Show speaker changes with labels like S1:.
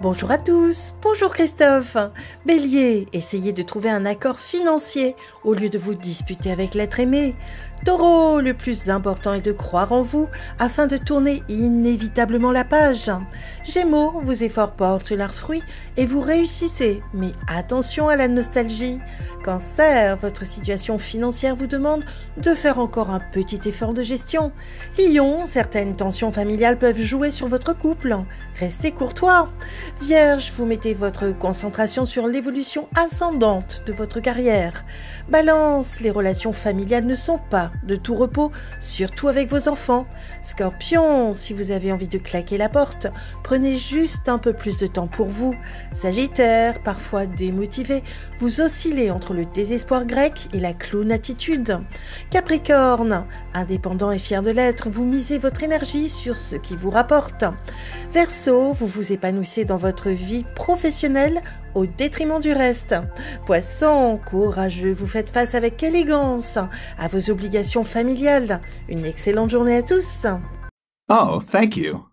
S1: Bonjour à tous, bonjour Christophe. Bélier, essayez de trouver un accord financier au lieu de vous disputer avec l'être aimé. Taureau, le plus important est de croire en vous afin de tourner inévitablement la page. Gémeaux, vos efforts portent leurs fruits et vous réussissez, mais attention à la nostalgie. Cancer, votre situation financière vous demande de faire encore un petit effort de gestion. Lion, certaines tensions familiales peuvent jouer sur votre couple. Restez courtois. Vierge, vous mettez votre concentration sur l'évolution ascendante de votre carrière. Balance, les relations familiales ne sont pas de tout repos, surtout avec vos enfants. Scorpion, si vous avez envie de claquer la porte, prenez juste un peu plus de temps pour vous. Sagittaire, parfois démotivé, vous oscillez entre le désespoir grec et la clown attitude. Capricorne, indépendant et fier de l'être, vous misez votre énergie sur ce qui vous rapporte. Verseau, vous vous épanouissez dans votre vie professionnelle au détriment du reste. Poisson, courageux, vous faites face avec élégance à vos obligations familiales. Une excellente journée à tous.
S2: Oh, thank you.